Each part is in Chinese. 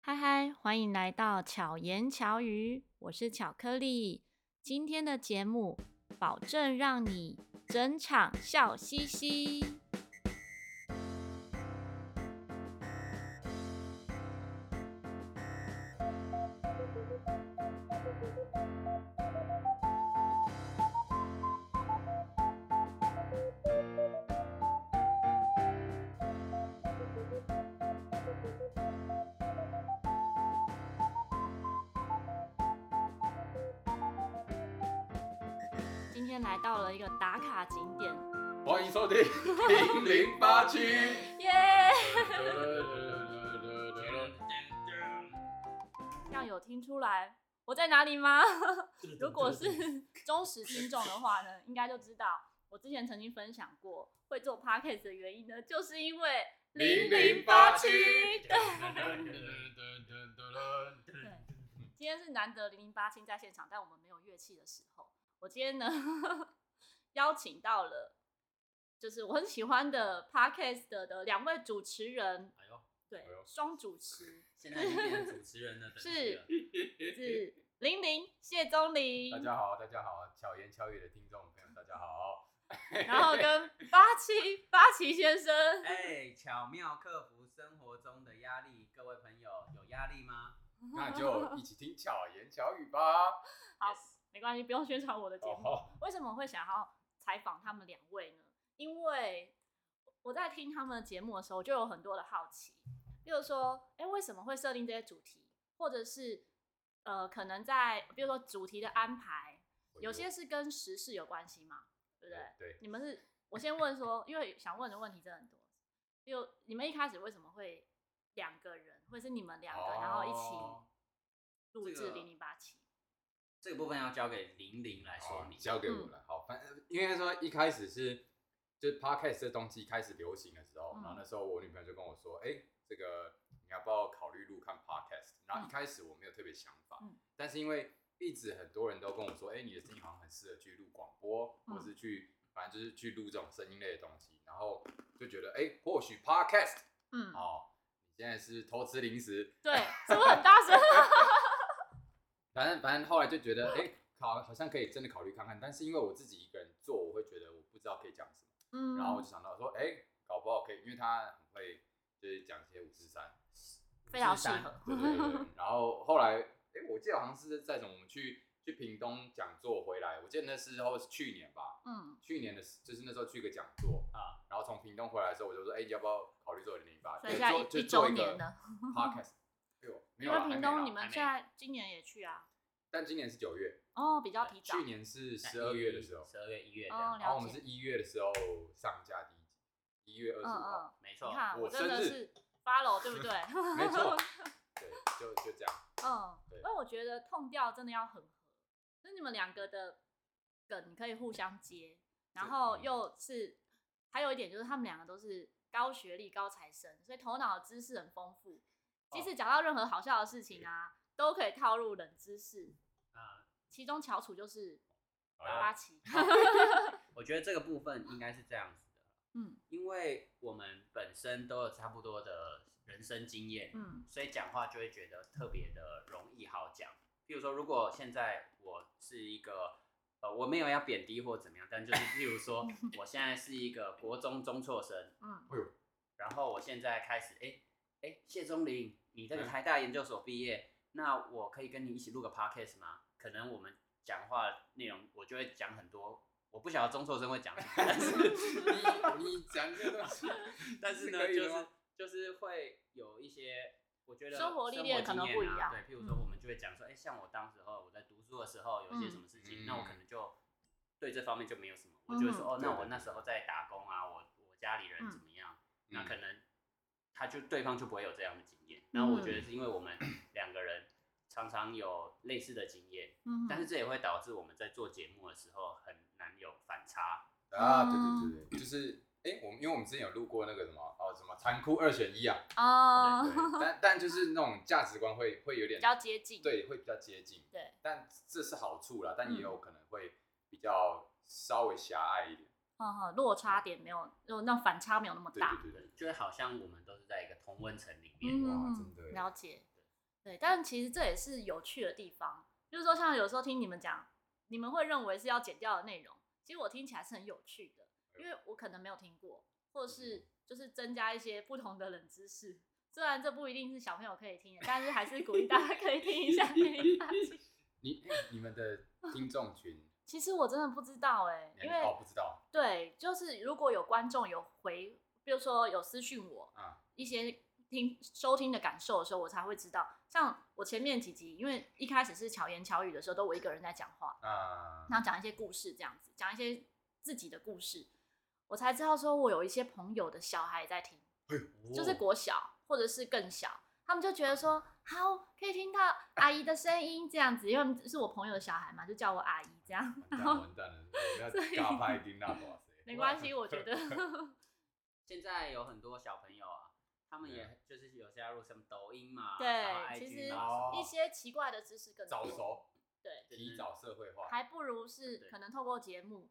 嗨嗨，欢迎来到巧言巧语，我是巧克力。今天的节目保证让你整场笑嘻嘻。今天来到了一个打卡景点，欢迎收听零零八七。耶、这样有听出来我在哪里吗？ 如果是忠实听众的话呢，应该就知道我之前曾经分享过，会做 podcast 的原因呢，就是因为0087哎今天是难得零零八亲在现场，但我们没有乐器的时候，我今天呢邀请到了，就是我很喜欢的 podcast 的的两位主持人，哎呦，对哎呦，双主 持现在已经变成主持人的等级了。是玲玲谢宗林，大家好，大家好，巧言巧语的听众朋友，大家好。然后跟八七八七先生，哎，巧妙克服生活中的压力，各位朋友有压力吗？那就一起听巧言巧语 吧。好， 没关系，不用宣传我的节目。哦，为什么会想要采访他们两位呢？因为我在听他们的节目的时候，就有很多的好奇，例如说，哎、为什么会设定这些主题，或者是呃，可能在比如说主题的安排，有些是跟时事有关系嘛，对不对？对，你们是，我先问说，因为想问的问题真的很多，就你们一开始为什么会两个人，或者是你们两个，然后一起哦录这制个零零八七？这个部分要交给玲玲来说好，明。哦交给嗯我了。好，反正应该说一开始是就是 podcast 这东西开始流行的时候，嗯然后那时候我女朋友就跟我说，哎、这个你要不要考虑录看 podcast？然后一开始我没有特别想法，嗯但是因为一直很多人都跟我说，哎、你的声音好像很适合去录广播，嗯或是去反正就是去录这种声音类的东西，然后就觉得，哎、或许 podcast 嗯，哦，你现在是偷吃零食，对，是不是很大声？ 反正反正后来就觉得，哎、考好像可以真的考虑看看，但是因为我自己一个人做，我会觉得我不知道可以讲什么，嗯，然后我就想到说，哎、搞不好可以，因为他很会就是讲一些五四三，非常适是合三。对对对对。然后后来，哎、我记得好像是在什么，我们去去屏东讲座回来，我记得那时候是去年吧，嗯，去年的时就是那时候去个讲座啊，然后从屏东回来的时候，我就说，哎、你要不要考虑做零零八？所以对现在做一就一做周一个年了 podcast。哎呦，没因为有啦还屏没东啦你们还没现在今年也去啊？但今年是九月，哦，比较提早去。年是十二月的时候，十二月一月这哦，样，然后我了们是解。一月的时候上架第一集，一月二嗯十五号，嗯，没你错。看我我真的生日 是 follow 对不对？没错，对，就就这样。嗯，对因为我觉得痛调真的要很合，就是你们两个的梗可以互相接，然嗯后又是还有一点就是他们两个都是高学历、高材生，所以头脑知识很丰富。哦即使讲到任何好笑的事情啊，都可以套入冷知识。啊，其中翘楚就是 好八啦旗，我觉得这个部分应该是这样子的， 嗯因为我们本身都有差不多的人生经验，嗯所以讲话就会觉得特别的容易好讲。譬如说，如果现在我是一个，呃，我没有要贬低或怎么样，但就是譬 如说，我现在是一个国中中辍生，嗯，然后我现在开始，哎、哎、谢钟林，你嗯这个台大研究所毕业，那我可以跟你一起录个 podcast 吗？可能我们讲话内容，我就会讲很多，我不晓得中辍生会讲什么，但是你你讲这个东西，但是可呢，以就的是吗就是会有一些，我觉得生活历练可能经验不一啊样对，譬如说嗯我们就会讲说，哎、像我当时候我在读书的时候有一些什么事情，嗯那我可能就对这方面就没有什么，嗯我就会说，哦，对那对我对那时候在打工啊，我我家里人怎么样，那嗯可能他就对方就不会有这样的经验。那我觉嗯得是因为 我们两个人常常有类似的经验，嗯但是这也会导致我们在做节目的时候很难有反差。啊，对对对嗯对，就是哎，我们因为我们之前有录过那个什么哦，什么残酷二选 一啊，哦，对，但但就是那种价值观会会有比点较接近，对，会比较接近，对，但这是好处啦，嗯但也有可能会比较稍微狭隘一点，嗯哼，落差点没有，就那反差没有那么对大，对对对，就会好像我们都是在一个同温层里面，嗯，哇真的耶了解。对，但其实这也是有趣的地方，就是说像有时候听你们讲，你们会认为是要剪掉的内容，其实我听起来是很有趣的，因为我可能没有听过，或嗯是就是增加一些不同的冷知识。虽然这不一定是小朋友可以听的，但是还是鼓励大家可以听一下。听一下 你你们的听众群，其实我真的不知道哎、 你因为哦不知道对，就是如果有观众有回，比如说有私讯我，啊，一些听收听的感受的时候，我才会知道。像我前面几集，因为一开始是巧言巧语的时候，都我一个人在讲话，啊，然后讲一些故事，这样子讲一些自己的故事，我才知道说我有一些朋友的小孩在听，就是国小或者是更小，他们就觉得说好可以听到阿姨的声音这样子，因为他们是我朋友的小孩嘛，就叫我阿姨啊这样。 哦完蛋完蛋了，我要尬拍丁娜哇塞，没关系，我觉 得现在有很多小朋友啊，他们也 Yeah. 就是有加入什么抖音嘛，然后对，其 IG 实嘛，哦一些奇怪的知识更早多熟，对。提早社会化，还不如是对可能透过节目，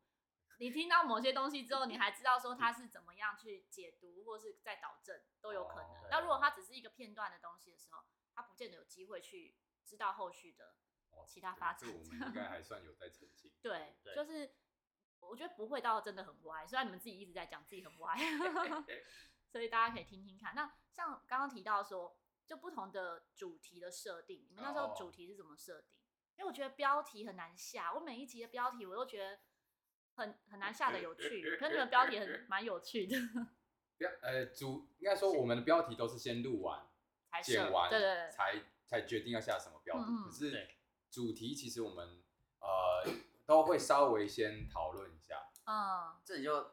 你听到某些东西之后，你还知道说它是怎么样去解读，或是在导正都有可哦能。那如果它只是一个片段的东西的时候，它不见得有机会去知道后续的。哦其他发对这展我 们应该还算有在澄清。对，对就是我觉得不会到真的很歪，虽然你们自己一直在讲自己很 歪，所以大家可以听听看。那像刚刚提到说，就不同的主题的设定，你们那时哦候主题是怎么设定？因为我觉得标题很难下，我每一集的标题我都觉得很很难下的有趣，可是你们标题 很蛮有趣的，不要呃，主应该说我们的标题都是先录完、才设剪完，对对对，才才决定要下什么标题。嗯嗯可是对主题其实我们呃都会稍微先讨论一下。 嗯，这里就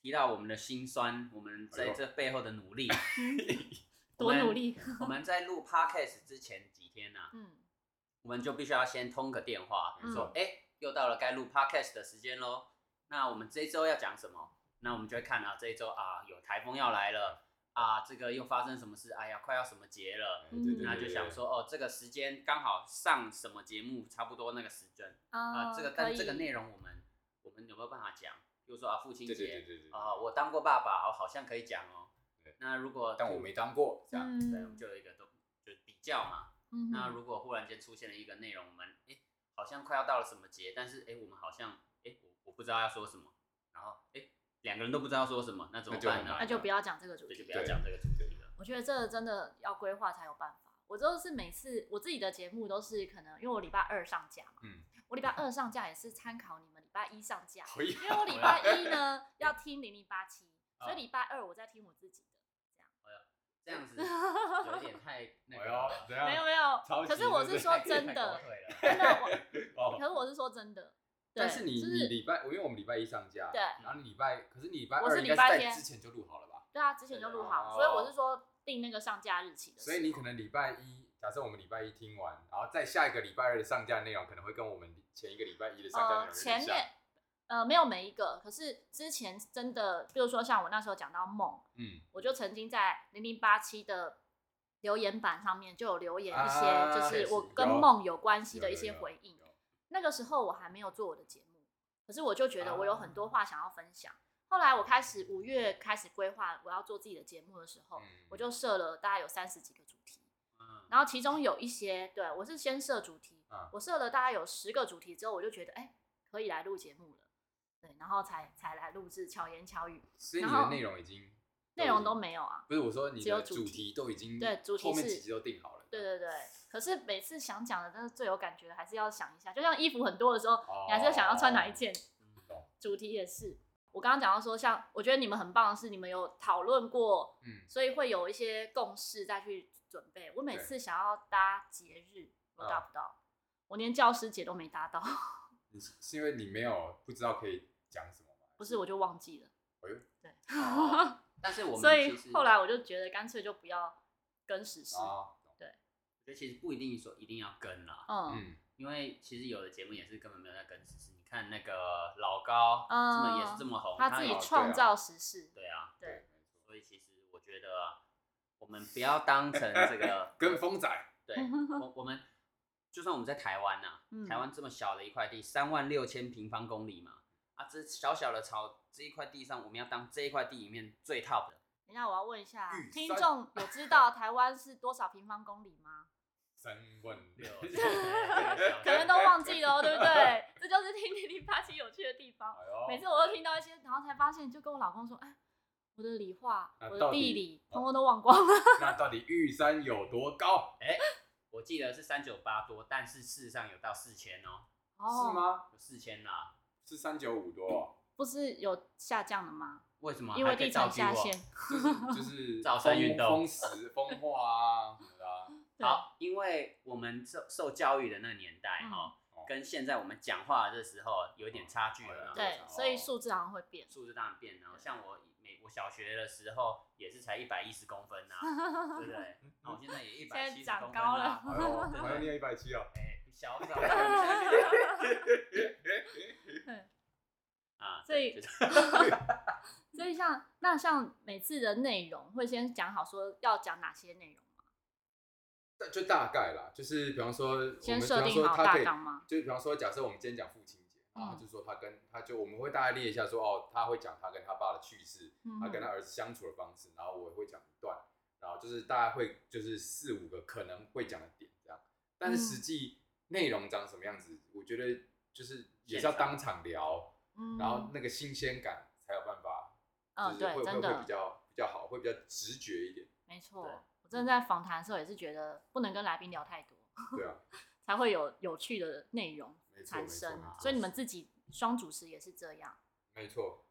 提到我们的辛酸，我们哎在呦这背后的努力， 多努力，我们。我们在录 podcast 之前几天呢、啊，嗯，我们就必须要先通个电话，没嗯错，哎、又到了该录 podcast 的时间喽。那我们这一周要讲什么？那我们就会看啊，这一周啊有台风要来了啊，这个又发生什么事？哎呀，快要什么节了。对对嗯对那就想说，哦，这个时间刚好上什么节目，差不多那个时间啊、啊这个可但以这个内容我们我们有没有办法讲？比如说啊，父亲对对对对节对对啊、我当过爸爸，我好像可以讲哦对。那如果但我没当过，这样、嗯对，我们就有一个都就比较嘛。嗯那哼如果忽然间出现了一个内容，我们哎、诶好像快要到了什么节，但是哎、诶我们好像哎、诶我我不知道要说什么，然后哎、诶两个人都不知道说什么，那怎么那就很办呢？麻那就不要讲这个主对，题就，不要讲这个主题了。我觉得这个真的要规划才有办法。我都是每次我自己的节目都是可能，因为我礼拜二上架嘛，嗯，我礼拜二上架也是参考你们礼拜一上架，可以因为我礼拜一呢要听零零八七， 所以啊礼拜二我在听我自己的，这样子有点太哎 那个了，怎 样没有没有超，级可是我是 对不对说真太狗的，腿了。真 的我，可哦。是我是说真的，对但是你、就你是礼拜，因为我们礼拜一上架，对然后你礼拜，可是你礼拜我是二应该礼拜是在天之前就录好了吧？对啊，之前就录好，哦所以我是说定那个上架日期的时所候，以你可能礼拜一，假设我们礼拜一听完，然后再下一个礼拜二的上架内容，可能会跟我们前一个礼拜一的上架内容呃有点前像面。呃没有每一个，可是之前真的，比如说像我那时候讲到梦。嗯，我就曾经在零零八七的留言板上面就有留言一啊些，就确是实我跟有梦有关系有的一有些有回应有。那个时候我还没有做我的节目，可是我就觉得我有啊很多话想要分享。后来我开始五月开始规划我要做自己的节目的时候，嗯哦我就设了大概有三十几个主题， 嗯，然后其中有一些对我是先设主题，啊我设了大概有十个主题之后，我就觉得哎、可以来录节目了，对，然后才才来录制巧言巧语，所以你然的后内容已经内容都已经没有啊，不是我说你只有的主主题题都已经对主题后面是几集都定好了，对对对，可是每次想讲的，真的最有感觉的还是要想一下，就像衣服很多的时候，你还是想要穿哪一件。哦嗯懂主题也是，我刚刚讲到说，像我觉得你们很棒的是，你们有讨论过，嗯，所以会有一些共识再去准备。我每对次想要搭节日，我嗯啊搭不到，我连教师节都没搭到，你是是因为你没有不知道可以讲什么吗？不是我就忘记了。哦 但是我哦们所以其实后来我就觉得，干脆就不要跟时事。啊，懂我觉得其实不一定说一定要跟啦，嗯，嗯，因为其实有的节目也是根本没有在跟时事。你看那个老高，这么也是这么红，嗯他自己有创造时事，对啊，对对，没错，所以其实我觉得啊我们不要当成这个 跟风仔对，我我们就算我们在台湾呐、嗯台湾这么小的一块地，三万六千平方公里嘛，啊，这小小的草这一块地上，我们要当这一块地里面最 top 的。等一下，我要问一下玉山听众，有知道台湾是多少平方公里吗？三万六 六，，啊可能都忘记了哦，对不 对？这就是听零零八七有趣的地方。每次我都听到一些，然后才发现，就跟我老公说，哎，我的理化、那我的到地底理，哦通通都忘光了。那到底玉山有多高？我记得是三九八多，但是事实上有到四千哦，哦是？吗？有四千啦。是三九五多哦，不是有下降的吗？为什么因为还可地以照层击下我？陷。 就是就是早上运动风石、风化啊什么的啊。 对好，因为我们受受教育的那个年代嗯哈、哦跟现在我们讲话的时候有点差距了。嗯对，所以数字好像会 变。数字当然变了。像我每我小学的时候也是才一百一十公分呐、 对不对？那我现在也一百七现十在长公分高啦、了哎呦，对好像你有一百七哦。哎，小 长高啊，所以对就是 所以像那像每次的内容会先讲好说要讲哪些内容吗？但就大概啦，就是比方说，我们先比设方定说好他大可以纲吗？嗯就是比方说，假设我们今天讲父亲节，然后他就说他跟他就我们会大概列一下说，哦，他会讲他跟他爸的趣事，嗯啊他跟他儿子相处的方式，然后我也会讲一段，然后就是大概会就是四五个可能会讲的点这样，但是嗯实际内容长什么样子，我觉得就是也是要当场聊，嗯然后那个新鲜感才有办法，嗯，就是对，会会真会比的较比较好，会比较直觉一点，没错。对我真的在访谈的时候也是觉得不能跟来宾聊太多，对啊，才会有有趣的内容没错产没错生啊没。错所以你们自己双主持也是这样，没错。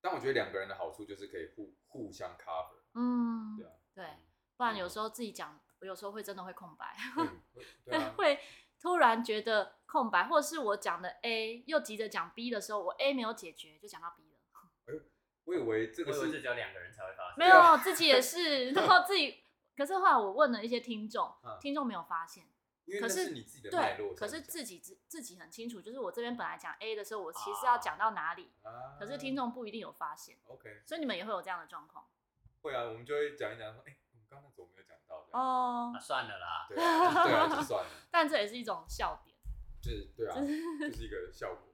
但我觉得两个人的好处就是可以互互 相 cover，嗯，对啊不然有时候自己讲，我有时候会真的会空白，，嗯 对啊 会突然觉得空白，或者是我讲的 A 又急着讲 B 的时候，我 A 没有解决就讲到 B 了。 我以为这我个以为这是只有两个人才会发生，没啊有，自己也是，然后自己。可是后来我问了一些听众嗯，听众没有发现，因为可那是是你自己的脉对，络可才是能讲，自己自自己很清楚，就是我这边本来讲 A 的时候，我其实哦要讲到哪里，啊可是听众不一定有发现， OK 所以你们也会有这样的状况会啊，我们就会讲一讲说，哎，我们刚刚那怎么没有讲到？这样，哦啊，。算了啦。对啊，就对 啊，就算了，但这也是一种笑点。就是对啊，就是一个效果。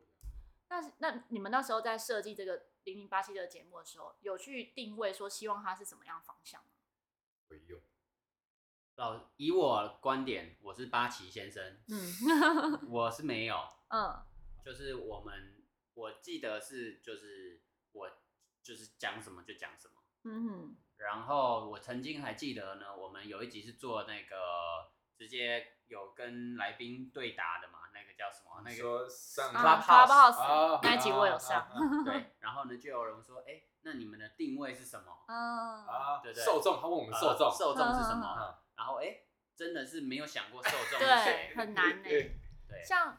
那那你们那时候在设计这个零零八七的节目的时候，有去定位说希望它是怎么样方向吗？没用，老以我观点，我是八旗 先生，嗯我是没有，嗯就是我们我记得是就是我就是讲什么就讲什么。嗯然后我曾经还记得呢，我们有一集是做那个直接有跟来宾对答的嘛，那个叫什么？那你个说上哼， Clubhouse 啊那一集我有啊上，啊 对。然后呢，就有人说，哎，那你们的定位是什么？嗯啊，对对受众，他问我们受众呃，受众是什嗯么嗯？然后哎，真的是没有想过受众是谁对，。很难呢、对，像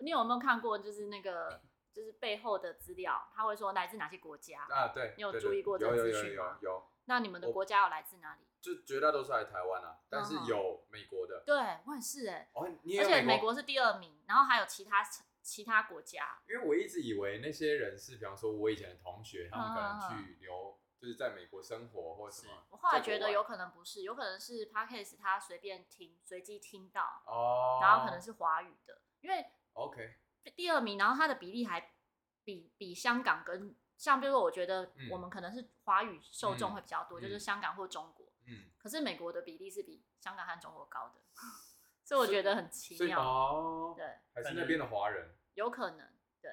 你有没有看过，就是那个就是背后的资料，他会说来自哪些国家？啊，对，你有对注对意过这有个有资有讯有吗有，那你们的我国家有来自哪里？就绝大多数来台湾啊，但是嗯有美国的，对，我也是哎、哦，你也而有且美美国是第二名，然后还有其他其他国家，因为我一直以为那些人是，比方说我以前的同学，他们可嗯能去留，就是在美国生活或者什么。我后来在国觉得外有可能不是，有可能是 podcast 他随便听，随机听到，哦，然后可能是华语的，因为 OK，第二名，然后它的比例还比比香港跟像，比如说我觉得嗯我们可能是华语受众会比较多，嗯就是香港或中国，嗯，可是美国的比例是比香港和中国高的，所以我觉得很奇所以妙，哦，对，还是那边的华人有可能，对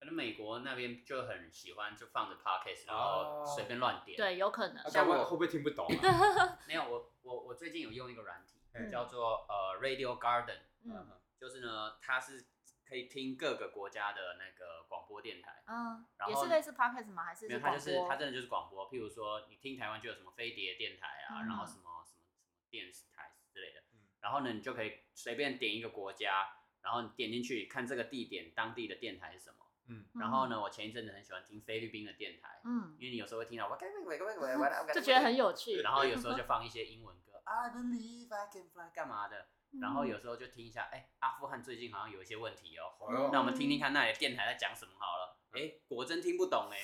可能美国那边就很喜欢就放着 podcast，然后哦随便乱点。，对，有可能啊，像台湾我会不会听不 懂啊？没有我我我最近有用一个软体嗯叫做呃 Radio Garden。嗯就是呢，它是可以听各个国家的那个广播电台，嗯，然也后是类似 podcast 吗？还是没有，是它广就是它播？真的就是广播。譬如说，你听台湾就有什么飞碟电台啊，嗯然后什么什么什么电视台之类的嗯，然后呢，你就可以随便点一个国家，然后你点进去看这个地点当地的电台是什么。嗯，嗯然后？呢，我前一阵子很喜欢听菲律宾的电台，嗯，因为你有时候会听到，就觉得很有趣。然后有时候就放一些英文歌，I believe I can fly 干嘛的，嗯然后有时候就听一下，哎、阿富汗最近好像有一些问题哦，哦那我们听听看那里的电台在讲什么好了。嗯哎、果真听不 懂哎、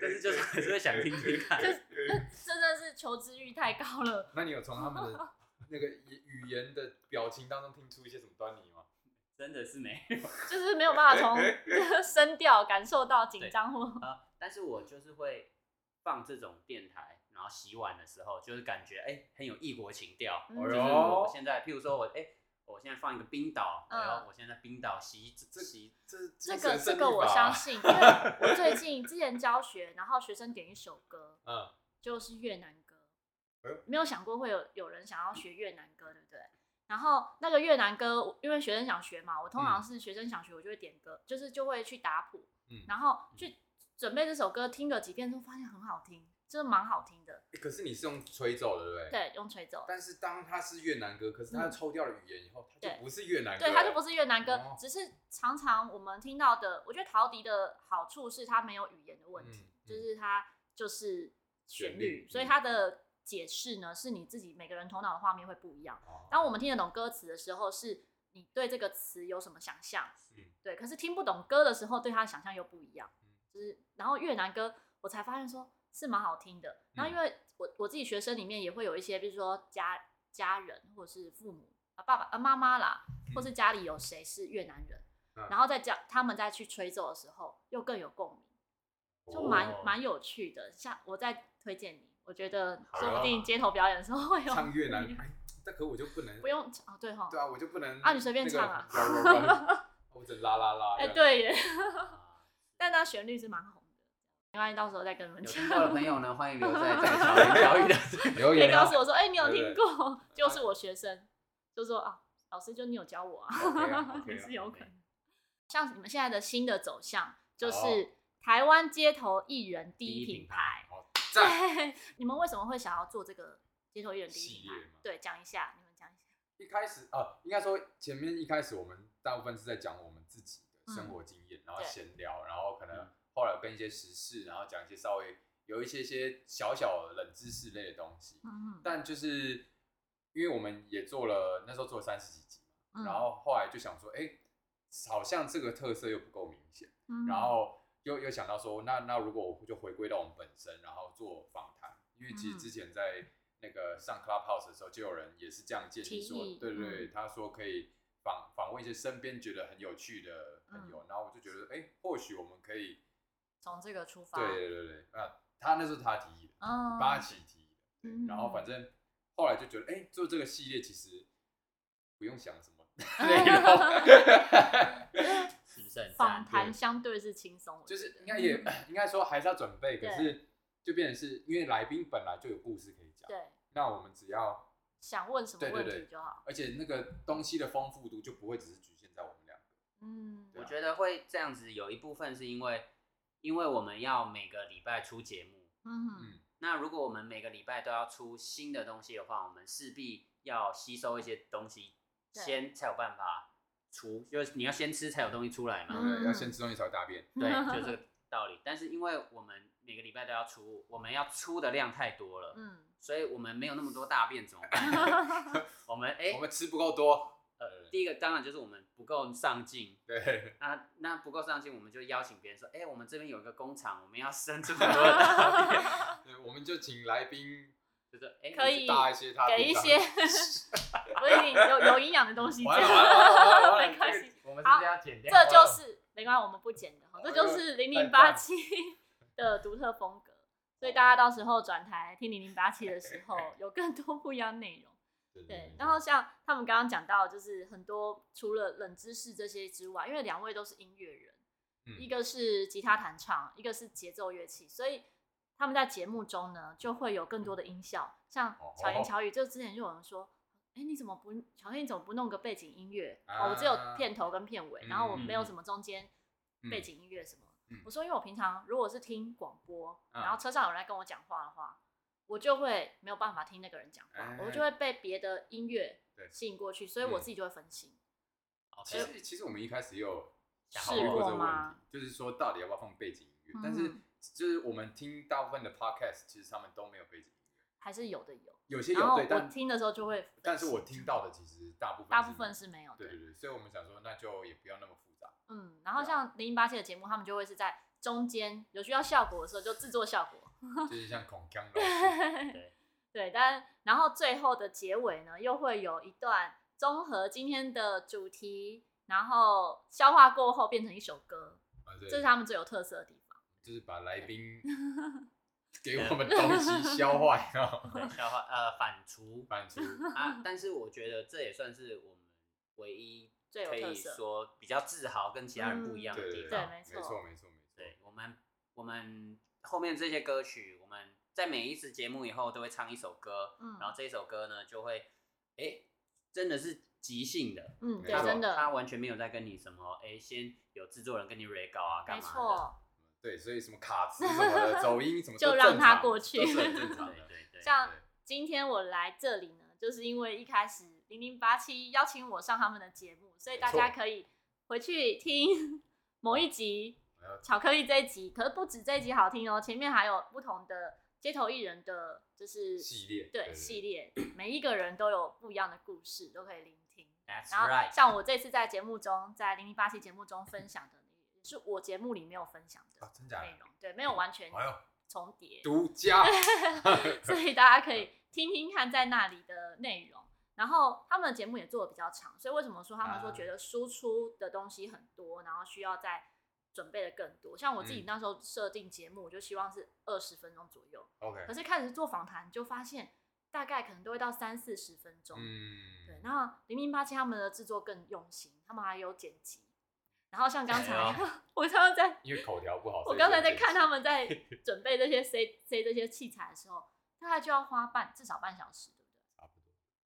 但是就是还是会想听听 看。真的是求知欲太高了，那你有从他们的那个语语言的表情当中听出一些什么端倪吗？真的是没就是没有办法 从声调感受到紧张或啊、但是我就是会放这种电台，然后洗碗的时候，就是感觉哎、很有异国情调。嗯哎呦就是我现在，譬如说我哎、我现在放一个冰岛，嗯然后我现在冰岛洗洗这这这个这胜个利我法相信，因 为我最近之前教学，然后学生点一首歌，嗯，就是越南歌哎嗯呦，没有想过会有有人想要学越南歌，对不对？然后那个越南歌，我因为学生想学嘛，我嗯通常是学生想学，我就会点歌，就是就会去打谱，嗯然后去准备这首歌，听了几遍之后发现很好听，真的蛮好听的。欸可是你是用吹奏的，对不对？。对，用吹奏，但是当它是越南歌，可是它嗯抽掉了语言以后，它对就不是越南歌了，对，它就不是越南歌，哦只是常常我们听到的，我觉得陶笛的好处是它没有语言的问题，嗯嗯就是它就是旋旋律，律所以嗯它的解释呢是你自己每个人头脑的画面会不一样。哦。当我们听得懂歌词的时候，是你对这个词有什么想象，嗯对，可是听不懂歌的时候，对它的想象又不一样嗯。就是，然后越南歌我才发现说是蛮好听的。然后嗯因为我我自己学生里面也会有一些，比如说家家人或者是父母啊爸爸啊妈妈啦，或是家里有谁是越南人，嗯然后再讲他们再去吹奏的时候，又更有共鸣，就蛮哦蛮有趣的。像我再推荐你，我觉得好说不定街头表演的时候会有啊唱越南， 哎，但可我就不能不用哦，对哈，对啊，我就不能啊你随便那个唱啊软软软 我只能啦啦啦。哎这样，对 耶，啊但它旋律是蛮红的，没关系，到时候再跟你们有讲。听 过的朋友呢，欢迎留在在桥梁教育的。 留可以言告啊诉我说，哎、你有对听对过？就是我学生就说啊，老师就你有教我啊， OK 啊也 ，OK 啊是有可 OK 能。像你们现在的新的走向，就哦是台湾街头艺人第一第一品品牌。好赞。对， 你们为什么会想要做这个街头艺人第一系品列牌吗？对，讲一下，你们讲一下。一开始啊，应该说前面一开始我们大部分是在讲我们自己的生活经验，然嗯后对闲聊，然后可能嗯后来跟一些时事，然后讲一些稍微有一些些小小的冷知识类的东西。嗯但就是因为我们也做了，那时候做了三十几集嘛，嗯然后后来就想说，哎、好像这个特色又不够明显，嗯然后又又想到说，那那如果我就回归到我们本身，然后做访谈，因为其实嗯之前在那个上 Clubhouse 的时候，就有人也是这样建提议说议，对对对，嗯他说可以访访问一些身边觉得很有趣的朋嗯友，然后我就觉得，哎、或许我们可以，从这个出发，对对对对，那他那时候他提议的，嗯，八起提议的。嗯，然后反正后来就觉得，哎、做这个系列其实不用想 什么 内容，是不是很访赞？谈相对是轻松，我就觉是得应该也 嗯 应该说还是要准备，可对是就变成是因为来宾本来就有故事可以讲，对，那我们只要，想问什么对对问对题就好。而且那个东西的丰富度就不会只是局限在我们两个，嗯，我觉得会这样子，有一部分是因为，因为我们要每个礼拜出节目，嗯那如果我们每个礼拜都要出新的东西的话，我们势必要吸收一些东西，对先才有办法出，就是你要先吃才有东西出来对嘛。不对？嗯要先吃东西才会大便，嗯对， 就这个道理。但是因为我们每个礼拜都要出，我们要出的量太多了，嗯。所以我们没有那么多大便怎么 办？我们哎、我们吃不够多，呃，第一个当然就是我们不够上进。对，那啊那不够上进，我们就邀请别人说，哎、我们这边有一个工厂，我们要生这么多的大便，对我们就请来宾 就是哎、可以大一些他的给一地方些所以有有营养的东西完了这样完了完了完 了没关系，我们是不是要剪掉？这就是没关系，我们不剪的，这就是零零八七的独特风格。所以大家到时候转台听零零八七的时候，有更多不一样内容。对，然后像他们刚刚讲到，就是很多除了冷知识这些之外，因为两位都是音乐人，嗯一个是吉他弹唱，一个是节奏乐器，所以他们在节目中呢就会有更多的音效，像哦巧言巧语，就之前就有人说。哎，你怎么不？巧燕，你怎么不弄个背景音乐？啊哦，我只有片头跟片尾，嗯然后我没有嗯什么中间嗯背景音乐什么。嗯我说，因为我平常如果是听广播，嗯然后车上有人来跟我讲话的话，我就会没有办法听那个人讲话哎，我就会被别的音乐对吸引过去，所以我自己就会分心。其实其实我们一开始也有考试虑过过这个问吗题，就是说到底要不要放背景音乐？嗯但是就是我们听大部分的 podcast，其实他们都没有背景音乐，还是有的有。有些然有后对，我但听的时候就会分心，但是我听到的其实大部分大部分是没有的对。对对，所以我们想说那就也不要那么复 杂，嗯，然后像零零八七的节目，他们就会是在中间有需要效果的时候就制作效果。 就是像孔锵老师，对，但然后最后的结尾呢，又会有一段综合今天的主题，然后消化过后变成一首歌，啊这是 对，他们最有特色的地方。就是把来宾给我们东西消化，然后对消化呃反 刍满足。啊，但是我觉得这也算是我们唯一最有可特以色说比较自豪跟其他人不一样的嗯对地对方。没没错错没错没错。对我们，我们后面这些歌曲，我们在每一次节目以后都会唱一首歌，嗯然后这一首歌呢就会，哎、真的是即兴的，嗯，没对，错真他的，完全没有在跟你什么，哎、先有制作人跟你 re 稿啊，干没嘛的？错。嗯对，所以什么卡词什么 的，走音什么都就让正常它过去都是很 正常对的。对对，像对今天我来这里呢，就是因为一开始零零八七邀请我上他们的节目，所以大家没可以回去听 某一集还有《巧克力》这一集，可是不止这一集好听哦，前面还有不同的街头艺人的，就是系列对系列，每一个人都有不一样的故事，都可以聆听。 That's 然后 right，像我这次在节目中，在零零八七节目中分享的，也是我节目里没有分享啊的，真假的内容，对，没有完全哎呦，重叠。独 家 所以大家可以听听看在那里的内容。然后他们的节目也做的比较长，所以为什么说他们说啊觉得输出的东西很多，然后需要再准备的更多？像我自己嗯那时候设定节目，我就希望是二十分钟左右， ，OK，可是开始做访谈就发现大概可能都会到三四十分钟。嗯，对，那零零八七他们的制作更用心，他们还有剪辑。然后像刚才、哎 我刚刚在因为口条不好，我刚才所在以看他们在准备这些塞塞这些器材的时候，大概就要花半至少半小时，对不对？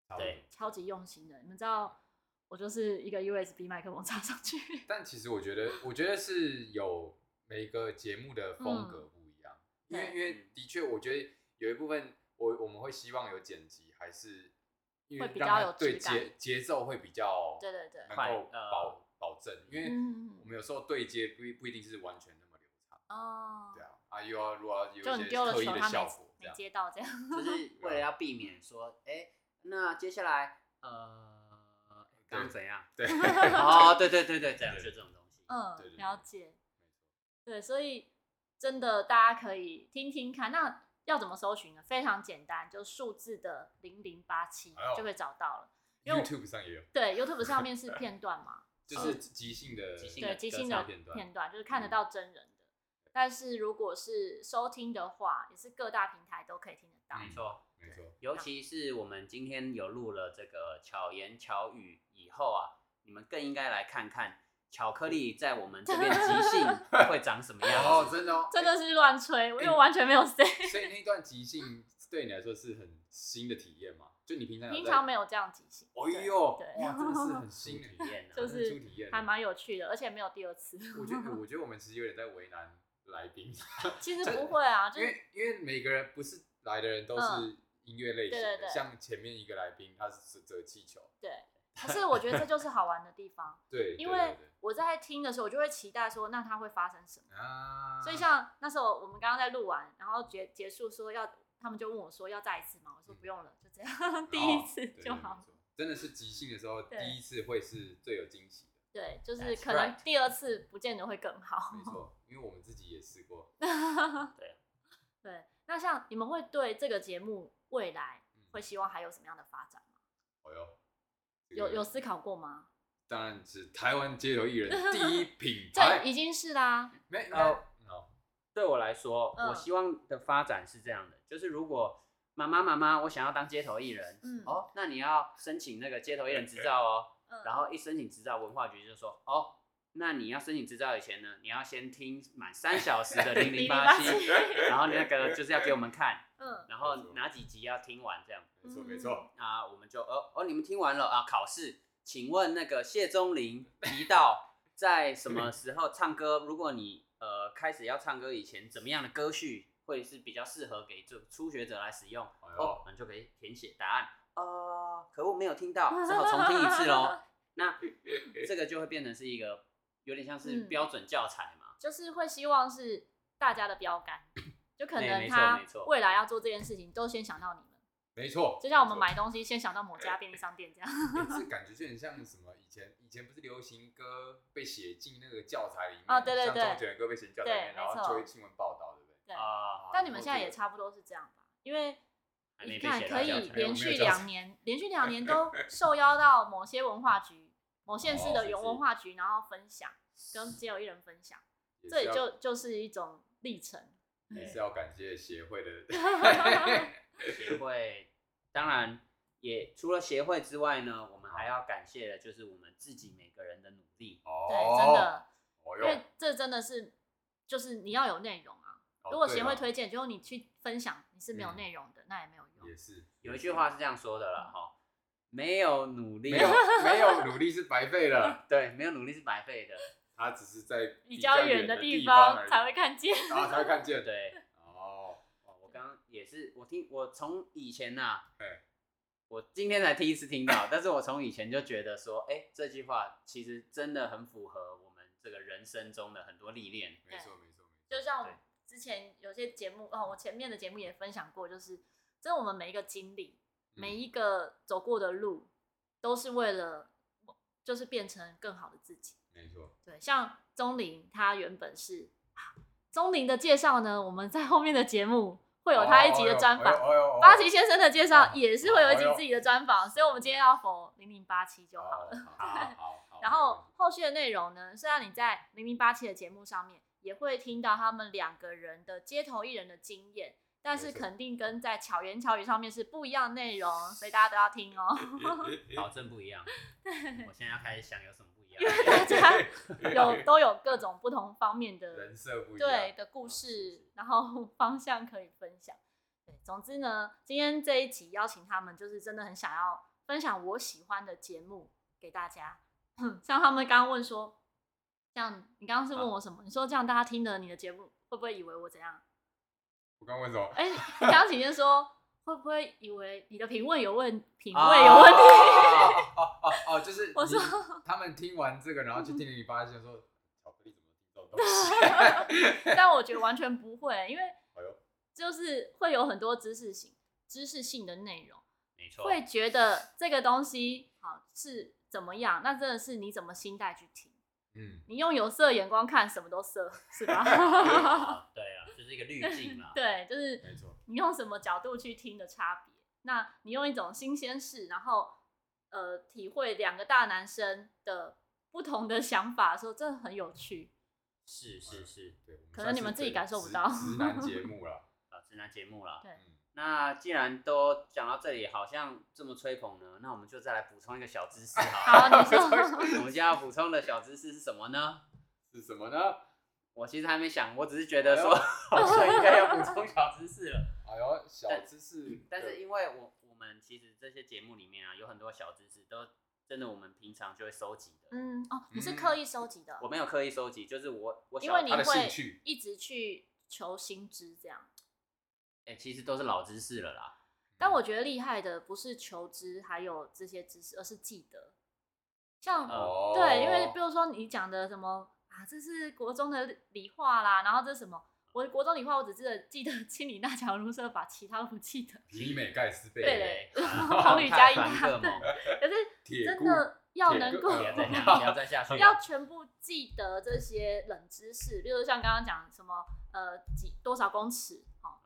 差 不多对。超级用心的，你们知道，我就是一个 USB 麦克风插上去， 但其实我觉得，我觉得是有每个节目的风格不一样，因为嗯对因嗯为的确，我觉得有一部分我我们会希望有剪辑，还是因为会比较让它有质对感节节奏会比较对对对能快够呃保保证，因为嗯我们有时候对接不一不一定是完全那么流畅，哦对，啊，啊又要如果要有就一你些丢了特意球，的他效没果这没样，接到这样， 就是为了要避免说，哎、那接下来呃，刚刚怎样？对， 哦，对对对对，这样就对这种东西。嗯对对，对了解，对，所以真的大家可以听听看，那要怎么搜寻呢？非常简单，就数字的零零八七哎呦就可以找到了，因为我 YouTube 上也有，对 YouTube 上面是片段嘛。嗯 就是即兴的嗯即兴对，的即歌兴唱的片段嗯片段，就是看得到真人的。但是如果是收听的话，也是各大平台都可以听得到。没嗯错，没错，尤其是我们今天有录了这个巧言巧语以后啊，你们更应该来看看巧克力在我们这边 即兴会长什么样哦，子。真的哦，真的是乱吹，因为我完全没有 say，所以那段即兴对你来说是很新的体验嘛？就你平常有平在常没有这样即兴。哎呦，对哇，真的是很新新的体体验，验呢、啊，就是初体验，还。蛮有趣的，而且没有第二 次。我觉得，我觉得我们其实有点在为难来 宾，其实不会啊，就因为是因为每个人不是来的人都是音乐类嗯型对对对的，像前面一个来宾他是折气球，对。可是我觉得这就是好玩的地方， 对，因对对为对我在听的时候，我就会期待说，那它会发生什么。啊，所以像那时候我们刚刚在录完，然后结结束说要，他们就问我说要再一次吗？我说不用了，就这样， 第一次嗯哦对就好。，对对没错真的是即兴的时候，对第一次会是最有惊喜的。对，就是 That's 可能 right. 第二次不见得会更好。没 错，因为我们自己也试过，对，那像你们会对这个节目未来嗯会希望还有什么样的发展吗？哎呦，这个嗯有有思考过吗？当然是台湾街头艺人 第一品这哎牌，已经是啦，没有呃好对我来说，嗯我希望的发展是这样的，就是如果妈妈妈妈，我想要当街头艺人，嗯哦，那你要申请那个街头艺人执照哦。嗯然后一申请执照，文化局就说哦，那你要申请执照以前呢，你要先听满三小时的零零八七， 0087然后那个就是要给我们 看，嗯，然后哪几集要听完这样没错没错，啊，我们就哦哦，你们听完了啊，考试，请问那个谢宗林提 到在什么时候唱歌？如果你呃开始要唱歌以前，怎么样的歌序会是比较适合给这初学者来使用？哎哦呦，，你就可以填写答案。呃，可我没有听到，只好重听一次 喽。那这个就会变成是一个有点像是嗯标准教材 嘛。就是会希望是大家的标杆， 就可哎能没错他没错未来要做这件事情都先想到你们，没错，就像我们没错买东西先想到某家便利商店这样。是感觉就很像什么以前以前不是流行歌被写进那个教材里面，哦对对对像中学的歌被写进教材里对面，然后没错就会新闻报道，对不对？对，啊但你们现在也差不多是这样吧？因为还你没看被写到可以教材连没续有没有教材两年，连续两年 都受邀到某些文化局、某县市哦的是原是文化局，然后分享跟街友一人分享，也这是也要就就是一种历程。也是要感谢协会的 协会，当然也除了协会之外呢，我们还要感谢的就是我们自己每个人的努力。 哦，对，真的，哦因为哟，这真的是就是你要有内容啊。哦如果对协会了推荐，就你去分享，你是没有嗯内容的，那也没有用也。是有一句话是这样说的嗯啦，哈，没有努力，没有 没有努力是白费了， 对，没有努力是白费的，他只是在比较较远远的的地方方才会看见。然后才会看见。对。哦，哦，我刚刚也是，我听我从以前呐、嗯哎我今天才第一次听到，但是我从以前就觉得说，哎、这句话其实真的很符合我们这个人生中的很多历练。没错没错没就错，像对之前有些节目哦，我前面的节目也分享过，就是这我们每一个经历，嗯每一个走过的路，都是为了就是变成更好的自己。没错，对，像钟林，他原本是啊钟林的介绍呢，我们在后面的节目会有他一哦哎集的专访。访八旗先生的介绍哦也是会有一集哦哟自己的专访，所以我们今天要否零零八七就好了。了。哦好好好。 然后后续的内容呢，虽然你在零零八七的节目上面也会听到他们两个人的街头艺人的经验，但是没错肯定跟在巧言巧语上面是不一样的内容，所以大家都要听 哦。保证不一 样。嗯我现在要开始想有什么不一因为大样。家有都有各种不同方面的人设不一样，嗯对的故事，然后 方向可以分享。对，总之呢，今天这一集邀请他们，就是真的很想要分享我喜欢的节目给大家。嗯像他们刚刚问说，像你刚刚是问嗯我什么？你说这样大家听了你的节目，会不会以为我怎样？ 我刚问什么？哎、你刚刚请先说，会不会以为你的品味有问品啊味有问题？哦哦哦哦，就是我说你他们听完这个，然后去听零零八七，说 巧克力怎么听这种东西？但我觉得完全不会，因为啊哎呦，就是会有很多知识性、知识性的内容。没错，会 觉得这个东西好是怎么样，那真的是你怎么心态去听，嗯，你用有色的眼光看什么都色， 是吧？啊对啊，就是一个滤镜啦。 对，就是没错，你用什么角度去听的差别。那你用一种新鲜事，然后呃，体会两个大男生的不同的想法的时候，真的很有趣。是是是，对。我可算能你是们自己直感受不到直直男节目 了，啊，直男节目啦。对嗯，那既然都讲到这里，好像这么吹捧呢，那我们就再来补充一个小知识好了。好，你 说我们现在要补充的小知识是什么呢？是什么呢？我其实还没想，我只是觉得说，好像应该要补充小知识了。哎呦，小知识，但是对因为我我们其实这些节目里面啊，有很多小知识都真的我们平常就会收集的。嗯哦，你是刻意收集的，我没有刻意收集，就是我我因小为你他的兴会趣一直去求新知这样。哎、其实都是老知识了啦。但我觉得厉害的不是求知，还有这些知识，而是记得。像、哦，对，因为比如说你讲的什么啊，这是国中的理化啦，然后这是什么？我国中理化，我只记得记得清理那条入射法，其他都不记 得。皮美盖斯贝对雷嘞 对，好女 加一凡大克蒙，可是铁真固的要铁能哥够不要再 讲，不要再下去了。要全部记得这些冷知识，比如像刚刚讲什么呃几多少公尺哦，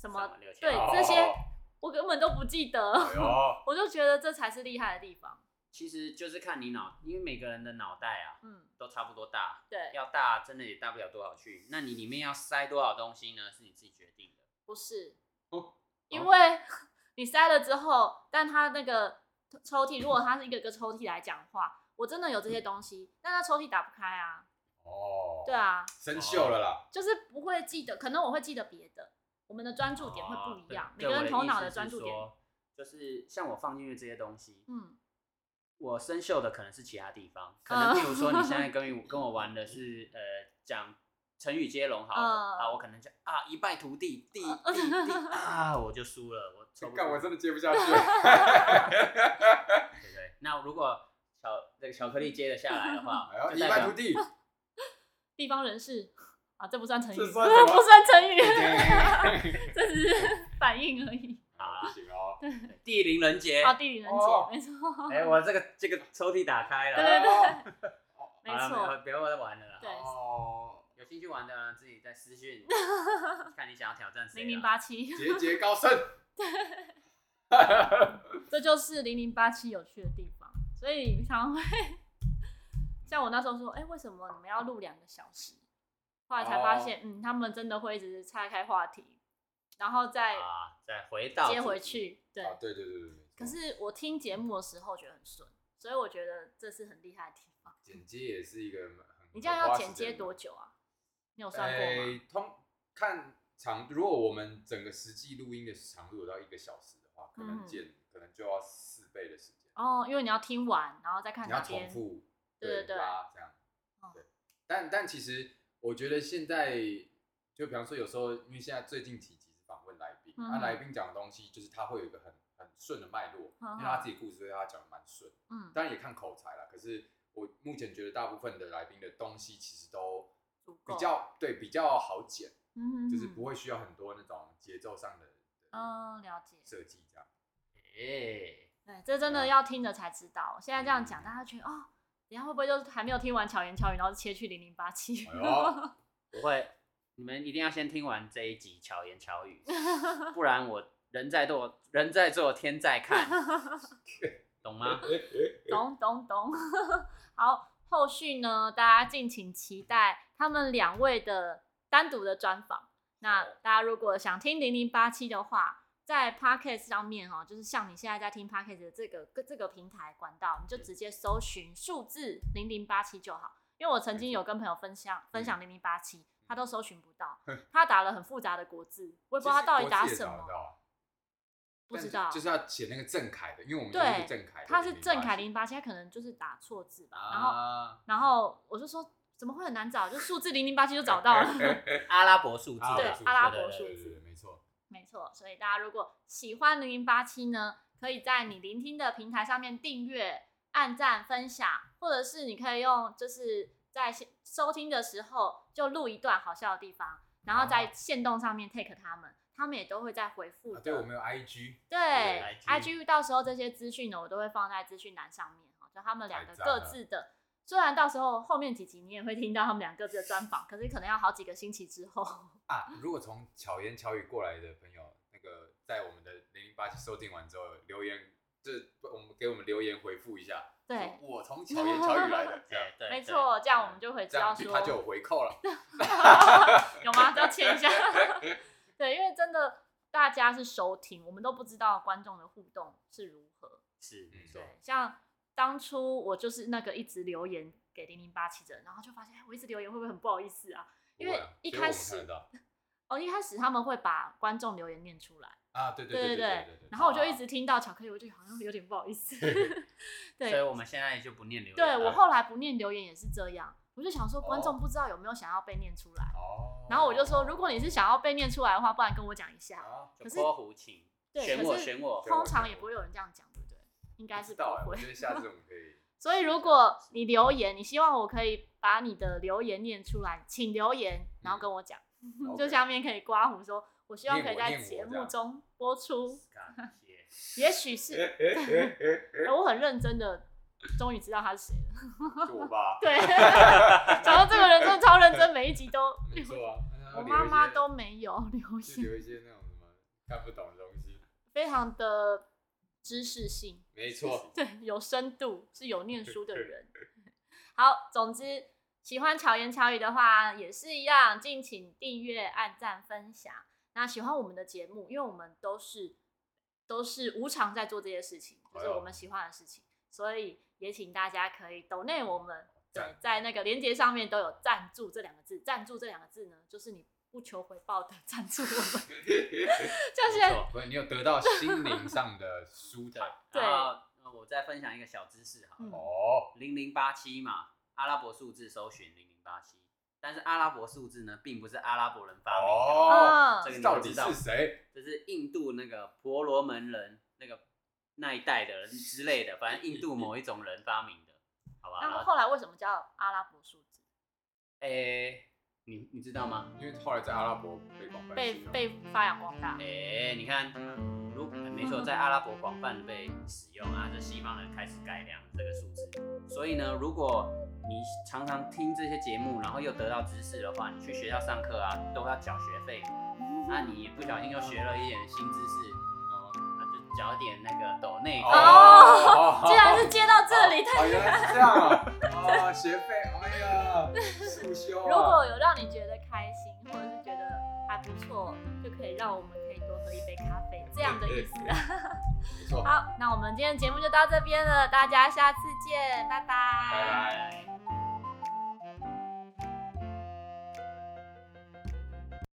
什么3600对哦这些我根本都不记得哎，呦， 我就觉得这才是厉害的地方。其实就是看你脑，因为每个人的脑袋啊嗯，都差不多大，对，要大真的也大不了多少去。那你里面要塞多少东西呢？是你自己决定的。不是，哦因哦为 你塞了之后，但它那个抽屉，如果它是一个个抽屉来讲话，我真的有这些东西，但它抽屉打不开啊，哦，对，啊，生锈了啦，就是不会记得，可能我会记得别的，我们的专注点会不一样哦，每对个对我人的头意脑思的是专注点，说就是像我放进去这些东西，嗯，我生锈的可能是其他地方，可能嗯譬如说你现在 跟我跟我玩的是呃讲成语接龙好了、嗯啊，我可能讲啊一败涂地， 地地地啊，我就输了， 我抽不干出我真的接不下 去，对不对？那如果巧这个巧克力接得下来的 话哎，呦，就一代败表涂地，地方人士啊，这不算成语，这不 算什么算成语，好这只是反应而已。不行哦，对地灵人杰。啊，地理人哦杰，没错，哎，我这个这个抽屉打开对了，对对，没好了，没错，有不要再玩了啦。对哦，有兴趣玩的呢自己在私 讯，看你想要挑战谁啦。零零八七，节节高升，啊这就是零零八七有趣的地方。所以常常会像我那时候说，哎、为什么你们要录两个小时？后来才发哦现，嗯，他们真的会一直岔开话题，然后再啊，再回到接回主题，去。对，啊，对对对对，没错可是我听节目的时候觉得很顺，所以我觉得这是很厉害的地方。剪接也是一个蛮很你这样很花要时剪接间的多久啊？你有算过哎，吗？通看长，如果我们整个实际录音的长度有到一个小时的话，可能嗯剪、可能就要四倍的时间，哦，因为你要听完，然后再看你要哪重边。复对对对拉这样哦。对，但但其实我觉得现在，就比方说有时候，因为现在最近几集是访问来宾，那、啊嗯来宾讲的东西就是他会有一个很很顺的脉络，嗯因为他自己故事，所以他讲的蛮顺。嗯，当然也看口才啦，可是我目前觉得大部分的来宾的东西其实都足够比较对比较好剪。嗯，就是不会。会需要很多那种节奏上的的嗯，了解。设计这样。哎，对，这真的对要听了才知道。现在这样讲，嗯大家觉得哦，等一下会不会就是还没有听完巧言巧语，然后就切去零零八七？哎呦不会，你们一定要先听完这一集巧言巧 语，不然我人在做人在做天在 看，懂嗯 吗？懂懂懂。 好，后续呢，大家敬请期待他们两位的单独的专访。那好大家如果想听零零八七的话，在 Podcast 上面哦，就是像你现在在听 Podcast 的这个各这个平台管道，你就直接搜寻数字零零八七就好。因为我曾经有跟朋友分享分享零零八七，他都搜寻不到，他打了很复杂的国字，我也不知道他到底打什么，啊不但知是道。就是要写那个郑恺的，因为我们对就是郑恺的，他是郑恺008零八七，他可能就是打错字吧，然后啊，然后我就说怎么会很难找，就数字零零八七就找到 了。 阿拉伯数字阿拉伯的，数字阿拉伯对对数对对字对对，没错，没错，所以大家如果喜欢零零八七呢，可以在你聆听的平台上面订阅、按赞、分享，或者是你可以用就是在线收听的时候就录一段好笑的地方，然后在线动上面 take 他们，他们也都会在回复的。啊对我们有 IG，对对，IG ，IG 到时候这些资讯呢，我都会放在资讯栏上面哈，就他们两个太赞各了自的。虽然到时候后面几集你也会听到他们俩各自的专访，可是可能要好几个星期之后。啊，如果从巧言巧语过来的朋友，那个在我们的零零八七收听完之后留言，就是我们给我们留言回复一下，对，说我从巧言巧语来的，这样 对对，没对错，这样我们就会知嗯这道样说他就有回扣了， 有吗？要签一下。 对，因为真的大家是收听，我们都不知道观众的互动是如何。是没嗯错对，像当初我就是那个一直留言给零零八七的人，然后就发现，哎，我一直留言会不会很不好意思啊？因为不会啊一只有我们开始看得到哦，一开始他们会把观众留言念出来，啊，对对对对对对，然后我就啊一直听到巧克力，我就好像有点不好意思。对，所以我们现在就不念留言对了。我后来不念留言也是这样，我就想说观众啊哦不知道有没有想要被念出来，哦，然后我就说如果你是想要被念出来的话，不然跟我讲一下。啊，就可是泼胡琴，对，选可我是选 我选通我常选也我不会有人这样讲，对不对？应该不是知不道哎，我会觉。得下次我们可以 所以如果你留言，你希望我可以把你的留言念出来，请留言，然后跟我讲，就嗯 OK 下面可以刮胡说，我希望念可以我在念我节这目样中播出，感 谢。也许是哎我很认真的，终于知道他是谁了。 就我吧，对， 想到这个人真的超认真，每一集都没错啊，哎我然后留一妈妈些都没有留就留言，一些那种什么看不懂的东西，非常的知识性，没错， 对，有深度，是有念书的人。好，总之喜欢巧言巧语的话，也是一样，敬请订阅、按赞、分享。那喜欢我们的节目，因为我们都是都是无偿在做这些事情，就是哎呦我们喜欢的事情，所以也请大家可以 donate 我们。对赞，在那个连接上面都有“赞助”这两个字，“赞助”这两个字呢，就是你不求回报的 赞助我们， 就是没错不，你有得到心灵上的舒对坦对然后呃我再分享一个小知识好嗯了，哦，零零八七嘛，阿拉伯数字搜寻零零八七，但是阿拉伯数字呢，并不是阿拉伯人发明的，哦嗯这个你到都底知道是，谁？这是印度那个婆罗门人那个那一代的人之类的，反正印度某一种人发明的，好吧？那然么后后来为什么叫阿拉伯数字？诶，你你知道吗？因为后来在阿拉伯被广泛被使用被发扬光大。诶，哎你看，如没错，在阿拉伯广泛地被使用啊，这西方人开始改良这个数字。所以呢，如果你常常听这些节目，然后又得到知识的话，你去学校上课啊，都要缴学费。那你不小心又学了一点新知识，哦那就缴点那那个抖内。哦哦 竟然是接到这里，太哦，原来是这样啊！哦，学费，哎 呀，速 修如啊！果有让你觉得开心，或者是觉得还不错，就可以让我们可以多喝一杯咖啡，这样的意思。 没错，好，那我们今天的节目就到这边了，大家下次见，拜拜拜拜。哎